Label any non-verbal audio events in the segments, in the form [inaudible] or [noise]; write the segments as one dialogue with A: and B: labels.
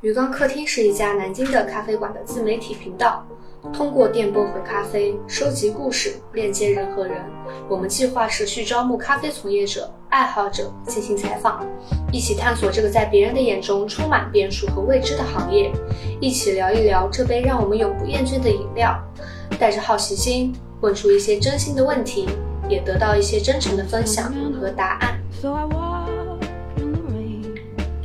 A: 鱼缸客厅是一家南京的咖啡馆的自媒体频道，通过电波回咖啡收集故事，链接人和人。我们计划持续招募咖啡从业者、爱好者进行采访，一起探索这个在别人的眼中充满变数和未知的行业，一起聊一聊这杯让我们永不厌倦的饮料。带着好奇心，问出一些真心的问题，也得到一些真诚的分享和答案。
B: So I walk in the rain.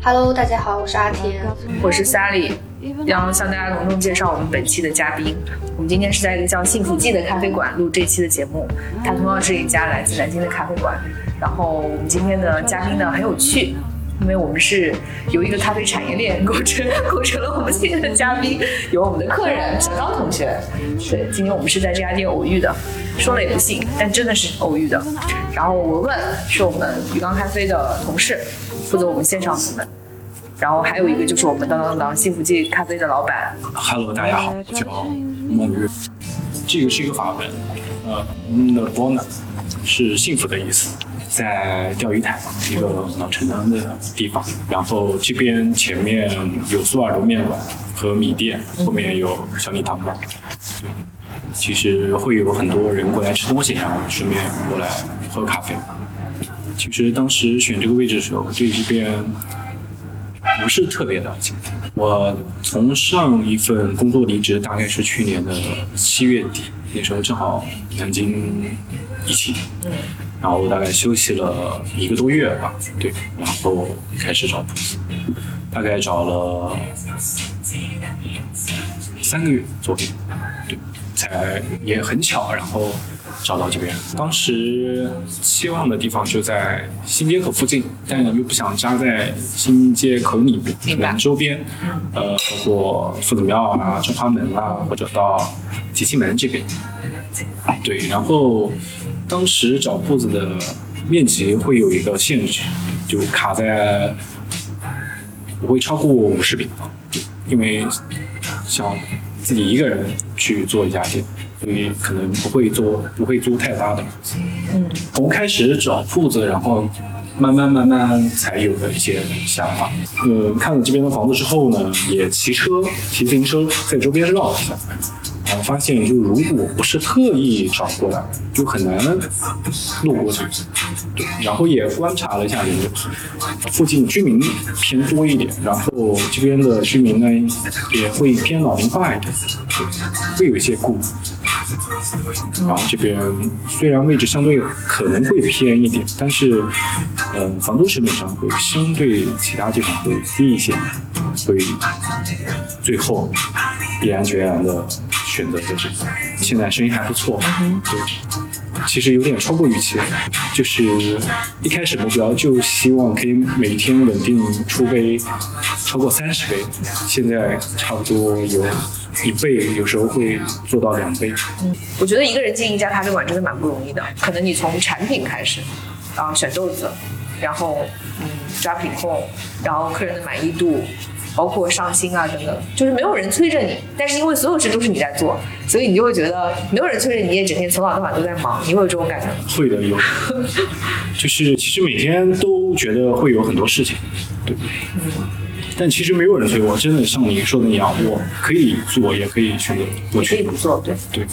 A: Hello，大家好，我是阿田。
C: 我是 Sally，
B: Even
C: 然后向大家隆重介绍我们本期的嘉宾。我们今天是在一个叫幸福记的咖啡馆录这期的节目，它同样是一家来自南京的咖啡馆。然后我们今天的嘉宾呢很有趣，因为我们是由一个咖啡产业链构成 [laughs] 构成了我们今天的嘉宾，有我们的客人小张同学。对，今天我们是在这家店偶遇的，说了也不信，但真的是偶遇的。然后文文是我们鱼缸咖啡的同事，负责我们线上部门。然后还有一个就是我们当当当幸福记咖啡的老板
D: Hello，大家好，我叫孟玉，这个是一个法文，呃 n e b o n a 是幸福的意思，在钓鱼台一个老城南的地方。然后这边前面有苏尔德面馆和米店，后面有小米汤馆。对其实会有很多人过来吃东西，然后顺便过来喝咖啡。其实当时选这个位置的时候，我对这边不是特别了解。我从上一份工作离职，大概是去年的七月底，那时候正好南京疫情，然后大概休息了一个多月吧，对，然后开始找铺子，大概找了三个月左右，对，才也很巧，然后找到这边。当时期望的地方就在新街口附近，但又不想扎在新街口里面，可
C: 明白嗯
D: 能周边，呃，包括夫子庙啊、中华门啊，或者到集庆门这边。对，然后当时找铺子的面积会有一个限制，就卡在不会超过五十平方，因为想自己一个人去做一家店，所以可能不会做，不会租太大的。嗯，从开始找铺子，然后慢慢慢慢才有的一些想法。呃，看了这边的房子之后呢，也骑车、骑自行车在周边绕了一下。然后发现，就如果不是特意找过来，就很难路过这里。对，然后也观察了一下这个附近居民偏多一点，然后这边的居民呢也会偏老龄化一点，对会有一些顾虑。然后这边虽然位置相对可能会偏一点，但是，呃，房租成本上会相对其他地方会低一些，所以最后毅然决然的选择在这里。现在生意还不错，对，其实有点超过预期了。就是一开始目标就希望可以每天稳定出杯超过三十杯，现在差不多有一倍，有时候会做到两杯。
C: 我觉得一个人进一家咖啡馆真的蛮不容易的，可能你从产品开始，然后选豆子，然后嗯抓品控，然后客人的满意度，包括上新啊等等，就是没有人催着你，但是因为所有事都是你在做，所以你就会觉得没有人催着你，你也整天从早到晚都在忙，你会有这种感觉吗？
D: 会的，有，就是其实每天都觉得会有很多事情，对。但其实没有人催我，真的像你说的那样，我可以做，也可以选择不
C: 你可以
D: 去
C: 不，做，对。
D: 对。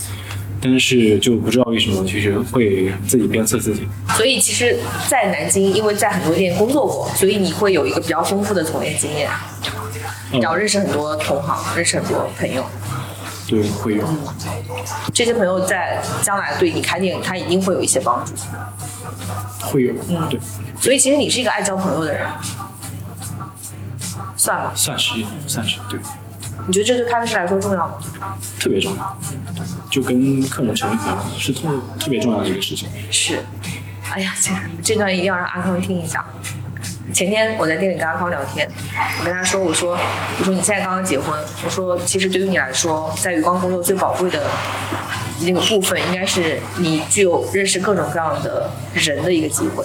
D: 但是就不知道为什么，其实会自己鞭策自己。
C: 所以其实，在南京，因为在很多店工作过，所以你会有一个比较丰富的从业经验，
D: 嗯
C: 然后认识很多同行，认识很多朋友。
D: 对，会有。
C: 这些朋友在将来对你开店，他一定会有一些帮助。
D: 会有，对，
C: 所以其实你是一个爱交朋友的人，算吧。
D: 算是算是对，
C: 你觉得这对咖啡师来说重要吗？
D: 特别重要，就跟客人成为朋友是特特别重要的一个事情。
C: 是。哎呀，这这段一定要让阿康听一下。前天我在店里跟阿康聊天，我跟他说，我说，我说你现在刚刚结婚，我说其实对于你来说，在余光工作最宝贵的那个部分，应该是你具有认识各种各样的人的一个机会。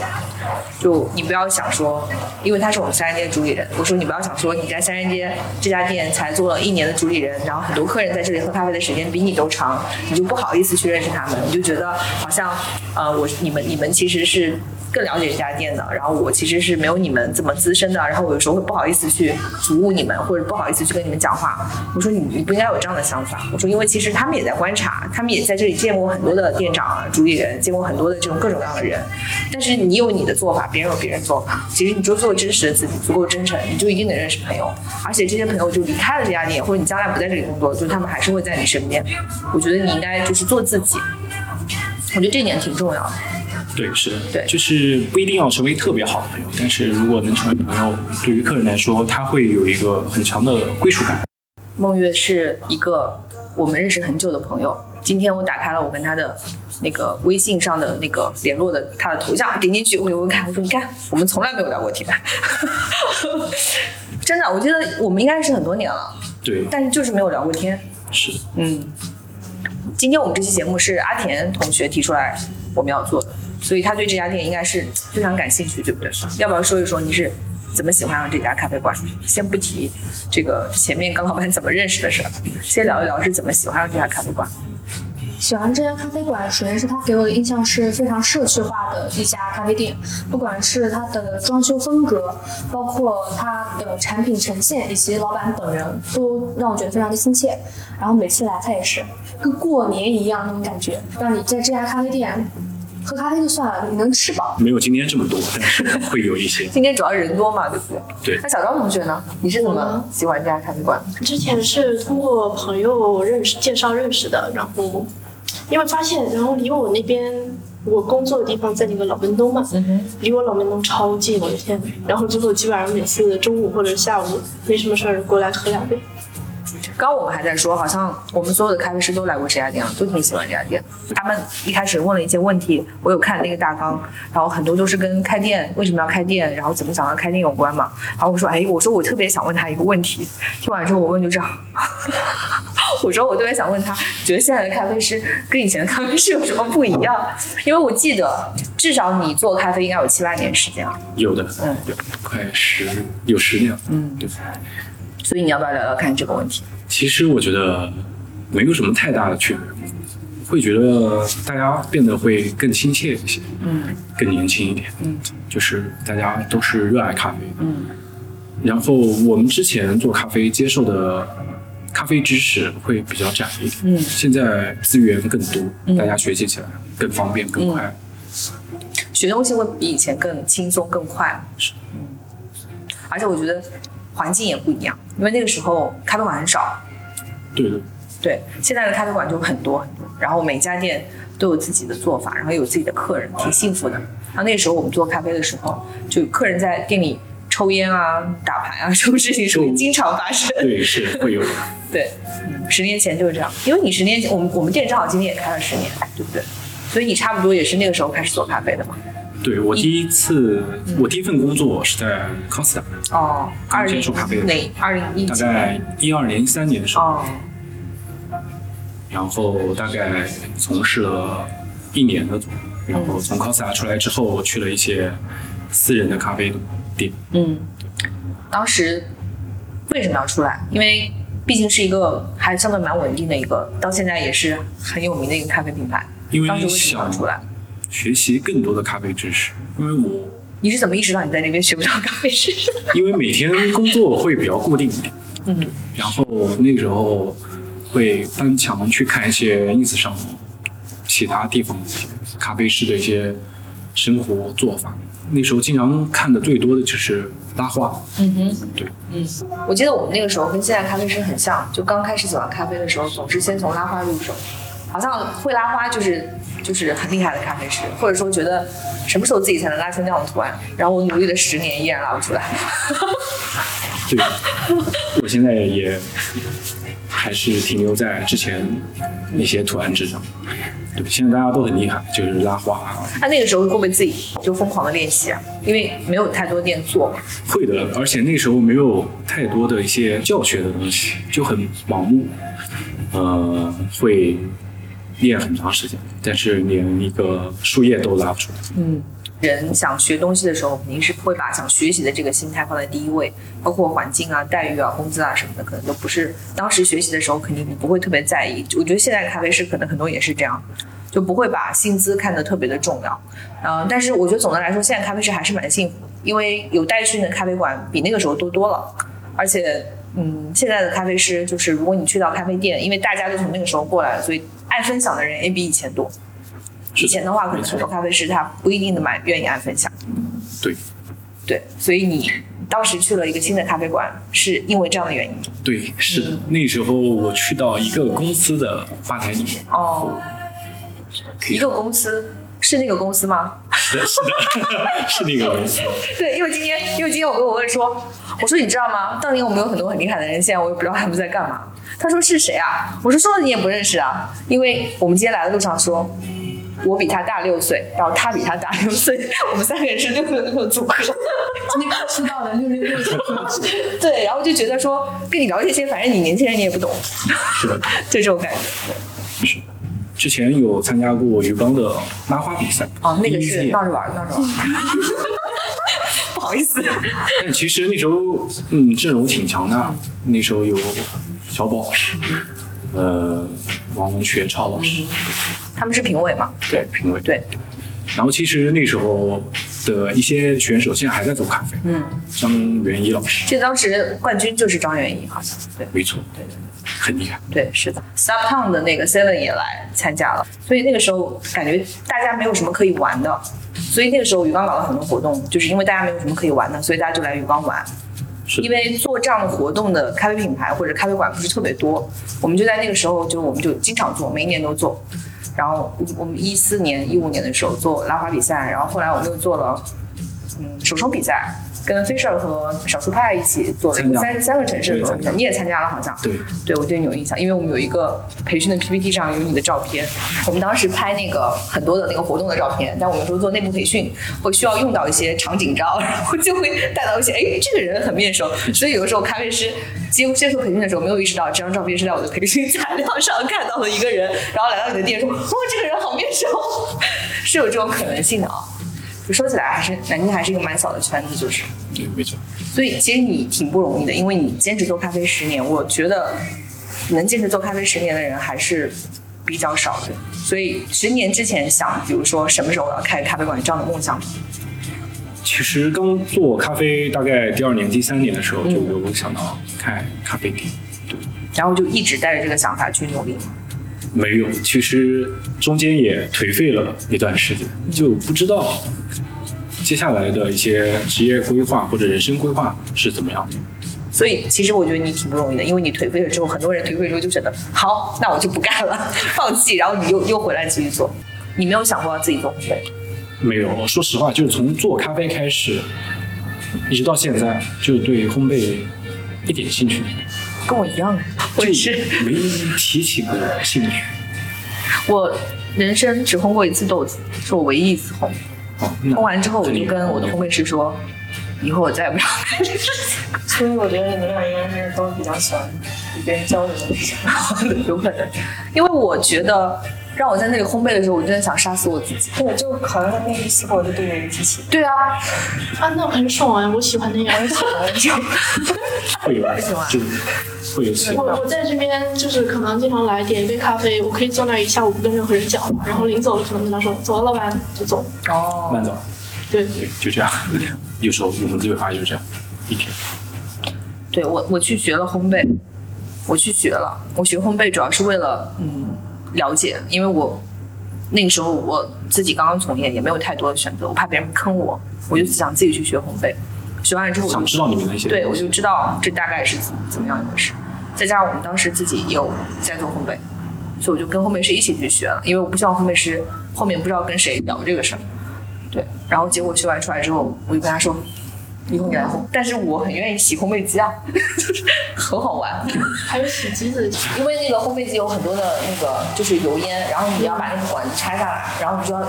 C: 就你不要想说，因为他是我们三山街的主理人，我说你不要想说你在三山街这家店才做了一年的主理人，然后很多客人在这里喝咖啡的时间比你都长，你就不好意思去认识他们，你就觉得好像呃我你们你们其实是更了解这家店的，然后我其实是没有你们这么资深的，然后我有时候会不好意思去服务你们，或者不好意思去跟你们讲话。我说你你不应该有这样的想法，我说因为其实他们也在观察，他们也在这里见过很多的店长啊、主理人，见过很多的这种各种各样的人，但是你有你的做法，别人有别人做法。其实你就做真实的自己，足够真诚，你就一定能认识朋友。而且这些朋友就离开了这家店，或者你将来不在这里工作，就是他们还是会在你身边。我觉得你应该就是做自己，我觉得这点挺重要的。
D: 对，是的，
C: 对
D: 就是不一定要成为特别好的朋友，但是如果能成为朋友，对于客人来说，他会有一个很强的归属感。
C: 梦月是一个我们认识很久的朋友。今天我打开了我跟他的那个微信上的那个联络的他的头像，点进去我就问看，我说你看，我们从来没有聊过天， [laughs] 真的，我觉得我们应该认识很多年了，
D: 对，
C: 但是就是没有聊过天。
D: 是的，
C: 嗯，今天我们这期节目是阿田同学提出来我们要做的，所以他对这家店应该是非常感兴趣，对不对？要不要说一说你是怎么喜欢上这家咖啡馆？先不提这个前面跟老板怎么认识的事儿，先聊一聊是怎么喜欢上这家咖啡馆。
E: 喜欢这家咖啡馆，首先是它给我的印象是非常社区化的一家咖啡店，不管是它的装修风格，包括它的产品呈现，以及老板本人，都让我觉得非常的亲切。然后每次来，它也是跟过年一样那种感觉，让你在这家咖啡店喝咖啡就算了，你能吃饱。
D: 没有今天这么多，但是会有一些。
C: 今天主要人多嘛，对不对？
D: 对
C: 那小昭同学呢？你是怎么喜欢这家咖啡馆？
F: 之前是通过朋友认识介绍认识的，然后因为发现，然后离我那边我工作的地方在那个老门东嘛，离我老门东超近，我的天！然后之后基本上每次中午或者下午没什么事儿过来喝两杯。
C: 刚刚我们还在说，好像我们所有的咖啡师都来过这家店了，都挺喜欢这家店。他们一开始问了一些问题，我有看那个大纲，然后很多都是跟开店为什么要开店，然后怎么想到开店有关嘛。然后我说，哎，我说我特别想问他一个问题，听完之后我问就这样， [laughs] 我说我特别想问他，觉得现在的咖啡师跟以前的咖啡师有什么不一样？因为我记得至少你做咖啡应该有七八年时间了，
D: 有的，
C: 嗯
D: 有快十有十年了，
C: 嗯
D: 对。
C: 所以你要不要聊聊看这个问题？
D: 其实我觉得没有什么太大的区别，会觉得大家变得会更亲切一些，
C: 嗯，
D: 更年轻一点，
C: 嗯，
D: 就是大家都是热爱咖啡，
C: 嗯。
D: 然后我们之前做咖啡接受的咖啡知识会比较窄一点，
C: 嗯
D: 现在资源更多，大家学习起来更方便更快，
C: 学东西会比以前更轻松更快。
D: 是
C: 嗯，而且我觉得环境也不一样，因为那个时候咖啡馆很少，嗯
D: 对的，
C: 对，现在的咖啡馆就很多很多，然后每家店都有自己的做法，然后有自己的客人，挺幸福的。然后那时候我们做咖啡的时候，就客人在店里抽烟啊、打牌啊，这种事情是会经常发生。
D: 对是会
C: [laughs]
D: 有的，
C: 对，嗯，十年前就是这样，因为你十年前，我们我们店正好今天也开了十年，对不对？所以你差不多也是那个时候开始做咖啡的嘛。
D: 对我第一次
C: 嗯
D: 我第一份工作是在 Costa，
C: 哦，二
D: 刚
C: 零
D: 接嗯触咖啡
C: 哪二零一
D: 大
C: 几年？
D: 概一二年一三年的时候。
C: 哦，
D: 然后大概从事了一年的左右，然后从 Costa 出来之后，去了一些私人的咖啡店。
C: 嗯，当时为什么要出来？因为毕竟是一个还相对蛮稳定的一个，到现在也是很有名的一个咖啡品牌。
D: 因为
C: 当时为什么要
D: 想
C: 出来？
D: 学习更多的咖啡知识，因为我
C: 你是怎么意识到你在那边学不到咖啡师？
D: 因为每天工作会比较固定一点，
C: 嗯，
D: 然后那个时候会翻墙去看一些 ins 上其他地方咖啡师的一些生活做法。那时候经常看的最多的就是拉花，
C: 嗯哼，
D: 对，
C: 嗯，我记得我们那个时候跟现在咖啡师很像，就刚开始喜欢咖啡的时候，总是先从拉花入手，好像会拉花就是就是很厉害的咖啡师，或者说觉得什么时候自己才能拉出那样的图案，然后我努力了十年依然拉不出来。 [laughs]
D: 对，我现在也还是停留在之前那些图案纸上。对，现在大家都很厉害，就是拉花啊，
C: 他那个时候会不会自己就疯狂的练习啊？因为没有太多店做嘛。
D: 会的。而且那时候没有太多的一些教学的东西，就很盲目，呃，会练很长时间，但是连一个树叶都拉不出来。
C: 嗯，人想学东西的时候，肯定是会把想学习的这个心态放在第一位，包括环境啊、待遇啊、工资啊什么的，可能都不是当时学习的时候肯定不会特别在意。我觉得现在咖啡师可能很多也是这样，就不会把薪资看得特别的重要。嗯、但是我觉得总的来说，现在咖啡师还是蛮幸福，因为有代训的咖啡馆比那个时候多多了，而且。嗯，现在的咖啡师就是，如果你去到咖啡店，因为大家都从那个时候过来了，所以爱分享的人也比以前多。
D: 是
C: 以前的话，可能
D: 没错
C: 很多咖啡师他不一定的买愿意爱分享。
D: 对
C: 对，所以你当时去了一个新的咖啡馆，是因为这样的原因
D: 对是
C: 嗯
D: 的。那时候我去到一个公司的吧台里面，
C: 哦。
D: 可以
C: 一个公司是那个公司吗？
D: 是的，是的，是那个公司。
C: 对，因为今天，因为今天我跟我问说，我说你知道吗？当年我们有很多很厉害的人，现在我也不知道他们在干嘛。他说是谁啊？我说说了你也不认识啊，因为我们今天来的路上说。我比他大六岁，然后他比他大六岁，我们三个人是六六六组合。
E: 那个出道的六六六组合，
C: [laughs] 对，然后就觉得说跟你聊这些，反正你年轻人你也不懂，
D: 是的，
C: 就这种感觉。
D: 之前有参加过鱼缸的拉花比赛。
C: 哦，那个
D: 第一
C: 是
D: 届
C: 闹着玩儿，闹着玩儿。 [laughs] 不好意思，
D: 但其实那时候，嗯，阵容挺强的。那时候有小宝老师，呃，王文学超老师，
C: 他们是评委嘛？
D: 对，评委。
C: 对，
D: 然后其实那时候的一些选手现在还在做咖啡，
C: 嗯，
D: 张元一老师，
C: 这当时冠军就是张元一，好像对。
D: 没错，对对，很厉害。
C: 对，是的，Sub Town 的那个 Seven 也来参加了，所以那个时候感觉大家没有什么可以玩的，所以那个时候鱼缸搞了很多活动，就是因为大家没有什么可以玩的，所以大家就来鱼缸玩。
D: 是的
C: 因为做这样的活动的咖啡品牌或者咖啡馆不是特别多，我们就在那个时候就我们就经常做，每一年都做。然后我们一四年、一五年的时候做拉花比赛，然后后来我们又做了嗯手冲比赛，跟 Fisher 和少数派一起做了一
D: 参
C: 个
D: 加
C: 三十三个城市的
D: 对
C: 手冲
D: 参
C: 比
D: 加
C: 赛，你也参加了好像？
D: 对，
C: 对我对你有印象，因为我们有一个培训的 PPT 上有你的照片，我们当时拍那个很多的那个活动的照片，但我们说做内部培训会需要用到一些场景照，然后就会带到一些，哎，这个人很面熟，所以有的时候咖啡师接接受培训的时候没有意识到这张照片是在我的培训材料上看到的一个人，然后来到你的店说，哦，这个人好面熟，是有这种可能性的啊、就说起来还是南京还是一个蛮小的圈子，就是。
D: 对，嗯没错。
C: 所以其实你挺不容易的，因为你坚持做咖啡十年，我觉得能坚持做咖啡十年的人还是比较少的。所以十年之前想，比如说什么时候我要开咖啡馆这样的梦想吗，
D: 其实刚做咖啡大概第二年、第三年的时候，就有想到开咖啡店。
C: 然后就一直带着这个想法去努力。
D: 没有，其实中间也颓废了一段时间，就不知道接下来的一些职业规划或者人生规划是怎么样的。
C: 所以其实我觉得你挺不容易的，因为你颓废了之后，很多人颓废之后就觉得好，那我就不干了，放弃，然后你又又回来继续做。你没有想过要自己做烘焙，
D: 没有，说实话，就是从做咖啡开始，一直到现在，就对烘焙一点兴趣都没有，
C: 跟我一样，我也是。
D: 就没提起过兴趣。
C: 我人生只烘过一次豆子，是我唯一一次烘。
D: 哦，那
C: 烘完之后，我就跟我的烘焙师说，以后我再也不要干这事情。 [laughs] 所以我觉得你们两个人都比较喜欢与别人交流， [laughs] 有可能，因为我觉得。让我在那里烘焙的时候，我真的想杀死我自己。
G: 对，就好像在那一次我就对人激起
C: 对啊，
F: 啊，那很爽啊！我喜欢那样，而且
D: 会有啊
C: 喜欢，
D: 就是会有喜
F: 我
D: 欢。
F: 我在这边就是可能经常来点一杯咖啡，我可以坐那儿一下午不跟任何人讲，然后临走了可能跟他说走啊了，老板就走。
C: 哦，
D: 慢走，
F: 对，
D: 对，就这样。 [laughs] 有时候我们的对话就这样，一天。
C: 对我，我去学了烘焙，我去学了。我学烘焙主要是为了嗯了解，因为我那个时候我自己刚刚从业，也没有太多的选择，我怕别人坑我，我就想自己去学烘焙。学完了之后，我就
D: 想知道里面的一些
C: 对
D: 东
C: 我
D: 西
C: 就知道这大概是怎怎么样一回事。再加上我们当时自己也有在做烘焙，所以我就跟烘焙师一起去学了，因为我不希望烘焙师后面不知道跟谁聊这个事儿。对，然后结果学完出来之后，我就跟他说，以后你来烘。但是我很愿意洗烘焙机啊， [laughs] 就是很好 [laughs] 玩，
F: 还有洗机子，
C: 因为那个烘焙机有很多的那个就是油烟，然后你要把那个管子拆下来，然后你就要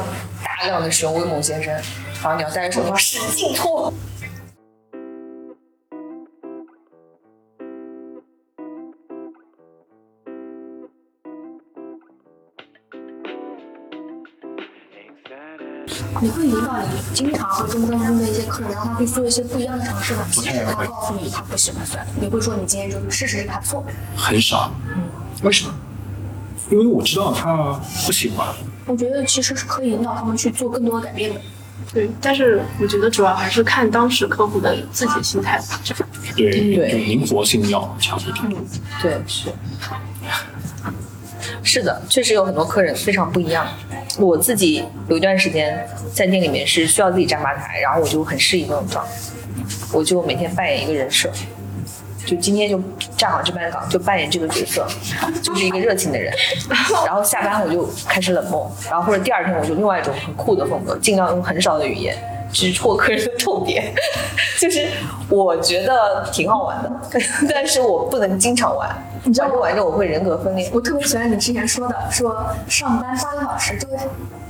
C: 大量的使用威猛先生，然后你要戴着手套使劲搓。
E: 你会引导你经常和生活当中的一些客人，让他去做一些不一样的尝试吗？即使他告诉你他不喜欢酸，你会说你今天就是试试他错。
D: 很少，
C: 为什么？
D: 因为我知道他不喜欢。
E: 我觉得其实是可以引导他们去做更多的改变的。
F: 对，但是我觉得主要还是看当时客户的自己心态吧。这
D: 对，
C: 嗯对
D: 就灵活性要强一点。
C: 对，是。是的，确实有很多客人非常不一样。我自己有一段时间在店里面是需要自己站吧台，然后我就很适应那种状态，我就每天扮演一个人设，就今天就站好这班岗，就扮演这个角色，就是一个热情的
E: [laughs]
C: 人。然后下班我就开始冷漠，然后或者第二天我就另外一种很酷的风格，尽量用很少的语言。直戳客人的痛点， [laughs] 就是我觉得挺好玩的， [laughs] 但是我不能经常玩，
E: 你知道
C: 玩着玩着我会人格分裂。
E: 我特别喜欢你之前说的，说上班八个小时就会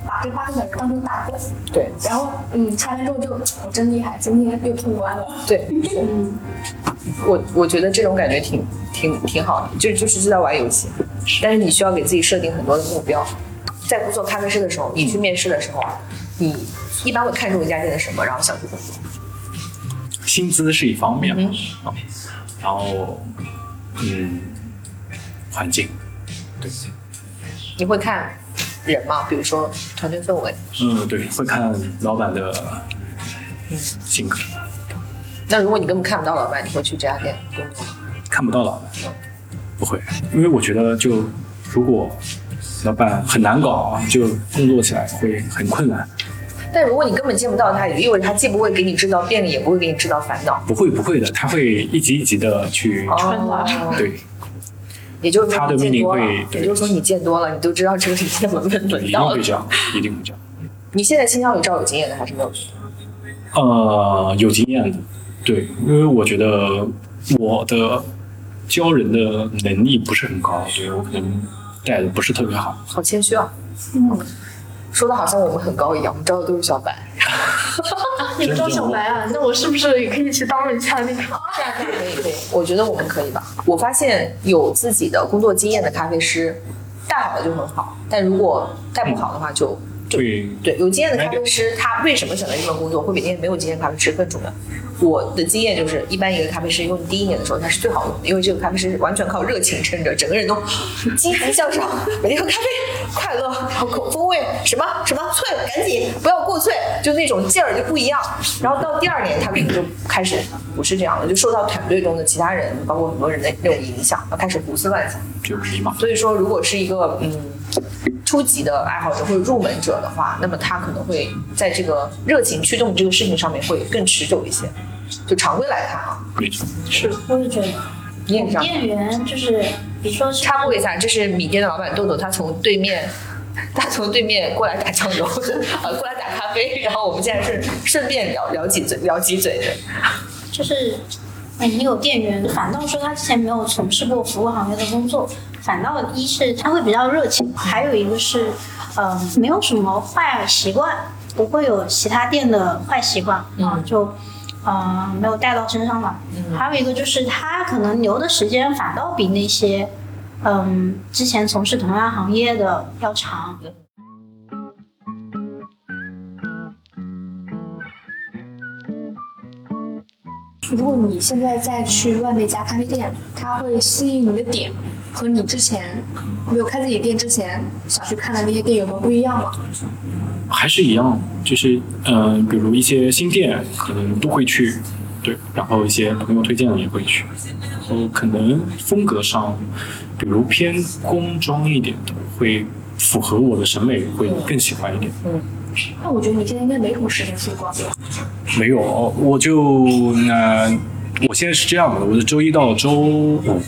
E: 把这八个小时当成打工，
C: 对
E: 然后嗯，下班之后就我真厉害，今天又痛完了。
C: 对，我我觉得这种感觉挺挺挺好的，就就是是在玩游戏，但是你需要给自己设定很多的目标。在不做咖啡师的时候，你去面试的时候啊，你一般会看中一家店的什么，然后想去怎么做。
D: 薪资是一方面，
C: 嗯
D: 啊然后嗯，环境，对，
C: 你会看人吗？比如说团队氛围。
D: 嗯，对，会看老板的性格，
C: 那如果你根本看不到老板，你会去这家店工作吗？
D: 看不到老板，不会，因为我觉得就如果老板很难搞啊，就工作起来会很困难。
C: 但如果你根本见不到他，也意味着他既不会给你制造便利，也不会给你制造烦恼。
D: 不会不会的，他会一级一级的去，
F: 穿搭
C: 哦
D: 对
C: 也就是说
D: 他的
C: 你见多了
D: 命令会，对
C: 也就是说你见多了，你都知道这个里面的门门
D: 对，
C: 门
D: 一定
C: 道
D: 会
C: 了。
D: 这样，一定会这样。
C: 你现在倾向于招有经验的还是没有？
D: 呃，有经验的，对，因为我觉得我的教人的能力不是很高，所以我可能带的不是特别好。
C: 好谦虚啊。嗯，说的好像我们很高一样，我们招的都是小白。
F: 你们招小白啊？那我是不是也可以去当一下那个？
C: 这样可以可以，我觉得我们可以吧。我发现有自己的工作经验的咖啡师，带好了就很好，但如果带不好的话就。就
D: 对
C: 对，有经验的咖啡师，他为什么选择这份工作，会比那些没有经验的咖啡师更重要？我的经验就是，一般一个咖啡师用第一年的时候，他是最好用的，因为这个咖啡师完全靠热情撑着，整个人都积极向上，每天喝咖啡，快乐，然后口风味什么什么脆，赶紧不要过脆，就那种劲儿就不一样。然后到第二年，他可能就开始不是这样了，就受到团队中的其他人，包括很多人的那种影响，开始胡思乱想。
D: 就迷茫。
C: 所以说，如果是一个嗯初级的爱好者或者入门者的话，那么他可能会在这个热情驱动这个事情上面会更持久一些。就常规来看啊，
D: 没错，
F: 是
H: 我也觉得，
C: 你也知道，
H: 店员就是，比如说是
C: 插播一下，这是米店的老板豆豆，他从对面。他从对面过来打酱油，呃，过来打咖啡，然后我们现在是顺便聊聊几嘴，聊几嘴的。
H: 就是，嗯，你有店员，反倒说他之前没有从事过服务行业的工作，反倒一是他会比较热情，还有一个是，嗯、没有什么坏习惯，不会有其他店的坏习惯，啊、
C: 嗯
H: 就。呃，没有带到身上嘛。还有一个就是他可能留的时间反倒比那些，嗯，之前从事同样行业的要长。
E: 如果你现在再去外面一家咖啡店，它会吸引你的点和你之前没有开自己店之前想去看的那些店有没有不一样吗？
D: 还是一样，就是嗯、呃比如一些新店可能都会去，对，然后一些朋友推荐的也会去，然后可能风格上，比如偏工装一点的会符合我的审美，会更喜欢一点。
E: 那我觉得你现在应该没什么时间去逛街。
D: 没有，我就呃，我现在是这样的，我的周一到周五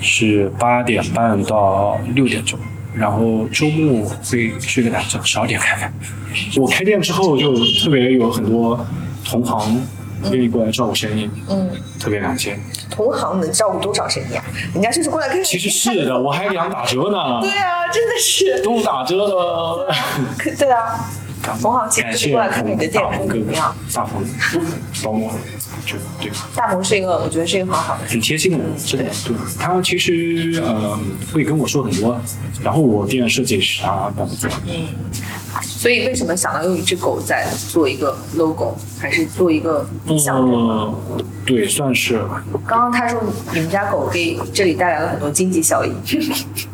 D: 是八点半到六点钟，然后周末会睡个懒觉，十二点开饭。我开店之后就特别有很多同行愿意过来照顾生意，
C: 嗯，
D: 特别感谢。
C: 同行能照顾多少生意啊？人家就是过来跟你
D: 其实是的，我还给他们打折呢
C: 对，啊，真的是， [laughs]
D: 都打折的。
C: 可对啊，同行其
D: 感
C: 实是
D: 谢
C: 过来看你的店
D: 大
C: 怎
D: 鹏哥
C: 么
D: 哥
C: 样。、
D: 大鹏、包括就对。
C: 大鹏是一个，我觉得是一个很好的人。
D: 很贴心的人，真的。对，他其实呃会跟我说很多，然后我店设计是他帮我做的，
C: 所以为什么想到用一只狗在做一个 logo，还是做一个项目？
D: 嗯，对，算是吧
C: 刚刚他说你们家狗给这里带来了很多经济效益，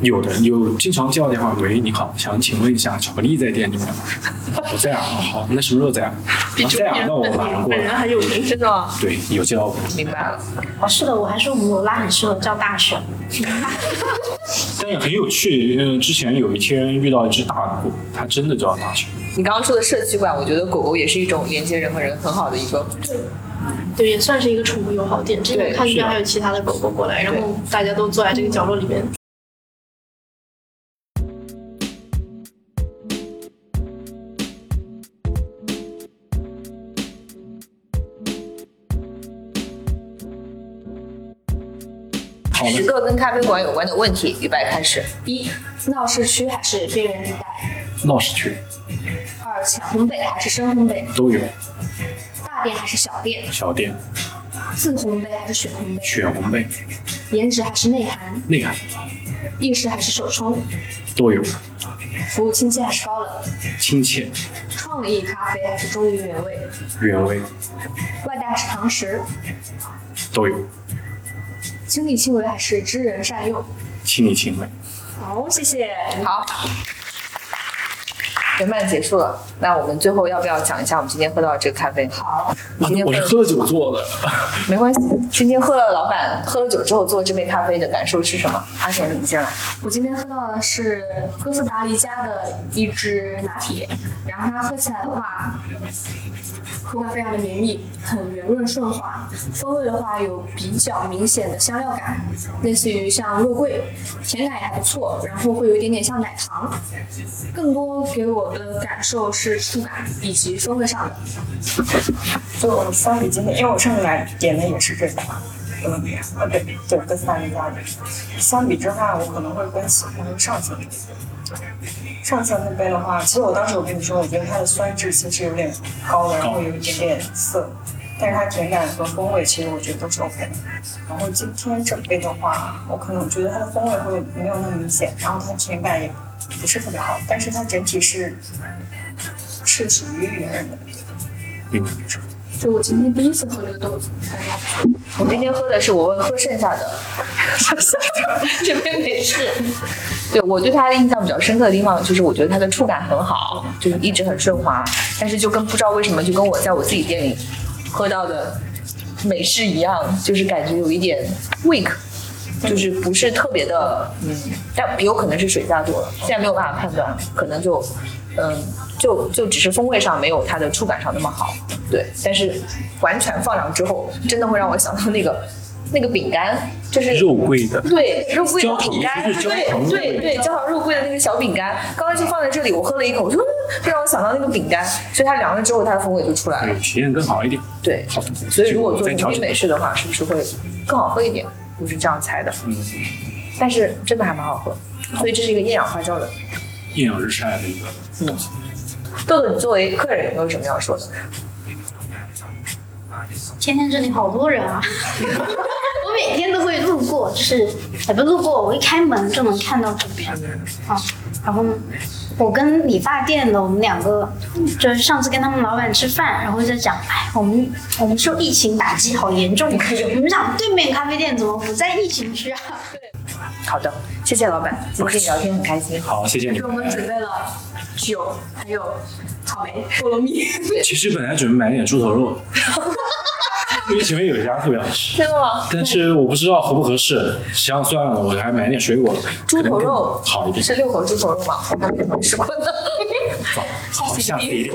D: 有的有经常接到电话，喂，你好，想请问一下，巧克力在店里面吗？不在啊，哦好，那什么时候在啊？啊在啊，那我马上过
F: 本人
D: 来。
F: 还有名。
C: 真的吗？
D: 对，有接到过，
C: 明白了，
H: 哦，是的，我还说母拉很适合叫大熊，
D: 但也很有趣。嗯、之前有一天遇到一只大狗，它真的叫大熊。
C: 你刚刚说的社区馆，我觉得狗狗也是一种连接人和人很好的一个
F: [laughs] 对，也算是一个宠物友好店。之前看这边还有其他的狗狗过来，然后大家都坐在这个角落里面。
D: 好
C: 十
D: 的，
C: 个跟咖啡馆有关的问题，预备开始。
E: 一，闹市区还是边缘地带？
D: 闹市区
E: 二，浅烘焙还是深烘焙？
D: 都有
E: 大店还是小店？
D: 小店，
E: 自烘焙还是选烘焙？
D: 选烘焙、
E: 颜值还是内涵？
D: 内涵
E: 意式还是手冲？
D: 都有，
E: 服务亲切还是高冷？
D: 亲切、
E: 创意咖啡还是忠于原味？
D: 原味
E: 外带还是堂食？
D: 都有，
E: 亲力亲为还是知人善用？
D: 亲力亲为。
E: 好，谢谢。
C: 好，圆满结束了。那我们最后要不要讲一下我们今天喝到的这个咖啡？好，
D: 啊
C: 今天，
D: 我
C: 喝
D: 是
C: 了
D: 喝酒做的。
C: 没关系。今天喝了老板喝了酒之后做这杯咖啡的感受是什么？阿贤，你先来。
E: 我今天喝到的是哥斯达黎加的一支拿铁，然后它喝起来的话，口感非常的绵密，很圆润顺滑，风味的话有比较明显的香料感，类似于像肉桂，甜感也还不错，然后会有一点点像奶糖，更多给我的感受是触感以及风味上的。
G: 就相比今天，因为我上次来点的也是这个嘛，哥伦比亚，啊对对，哥斯达黎加的。相比之下，我可能会更喜欢上层那杯。上层那杯的话，其实我当时我跟你说，我觉得它的酸质其实有点高的，然后有一点点涩，但是它甜感和风味其实我觉得都是 OK 的。然后今天这杯的话，我可能觉得它的风味会没有那么明显，然后它甜感也不是特别好，但是它整体是是属于圆润的。
D: 嗯，
E: 就我今天第一次喝这个豆子，感觉还不错
C: 我今天喝的是我会喝剩下的， [laughs] 这杯没事。对我对它的印象比较深刻的地方，就是我觉得它的触感很好，就是一直很顺滑，但是就跟不知道为什么，就跟我在我自己店里喝到的美式一样，就是感觉有一点 weak，就是不是特别的，嗯，但也有可能是水加多了，现在没有办法判断，可能就，嗯，就就只是风味上没有它的触感上那么好，对，但是完全放上之后，真的会让我想到那个那个饼干，就是
D: [laughs] 肉桂的
C: 对，肉桂的饼干，
D: 焦糖就是焦糖
C: 对对对，焦糖肉桂的那个小饼干，刚刚就放在这里，我喝了一口，我说嗯这让我想到那个饼干，所以它凉了之后，它的风味就出来了
D: 对，。体验更好一点。
C: 对，
D: 好的，
C: 所以如果
D: 嗯这个
C: 做
D: 我再调
C: 浓冰
D: 整
C: 美式的话，是不是会更好喝一点？我是这样猜的，
D: 嗯，
C: 但是真的还蛮好喝，所以这是一个厌氧花椒的。
D: 艳阳日晒的一个
C: 豆豆，你作为客人有没有什么要说的？
H: 天天这里好多人啊！我每天都会路过，就是也不是路过，我一开门就能看到这边。啊，然后我跟理发店的我们两个，就是上次跟他们老板吃饭，然后在讲，哎，我们我们受疫情打击好严重，我们想对面咖啡店怎么不在疫情区啊？
C: 好的，谢谢老板，今天跟你聊天很开心。
D: 好，谢谢你
E: 给我。们准备了酒，还有草莓、菠萝蜜。
D: [laughs] 其实本来准备买点猪头肉，因为前面有一家特别好吃，
C: 真的吗？
D: 但是我不知道合不合适，想想算了，我还买点水果，
C: 猪头
D: 可能
C: 肉
D: 更好一点，
C: 是六合猪头肉吗？我还没有吃过呢。
D: 好下次一点。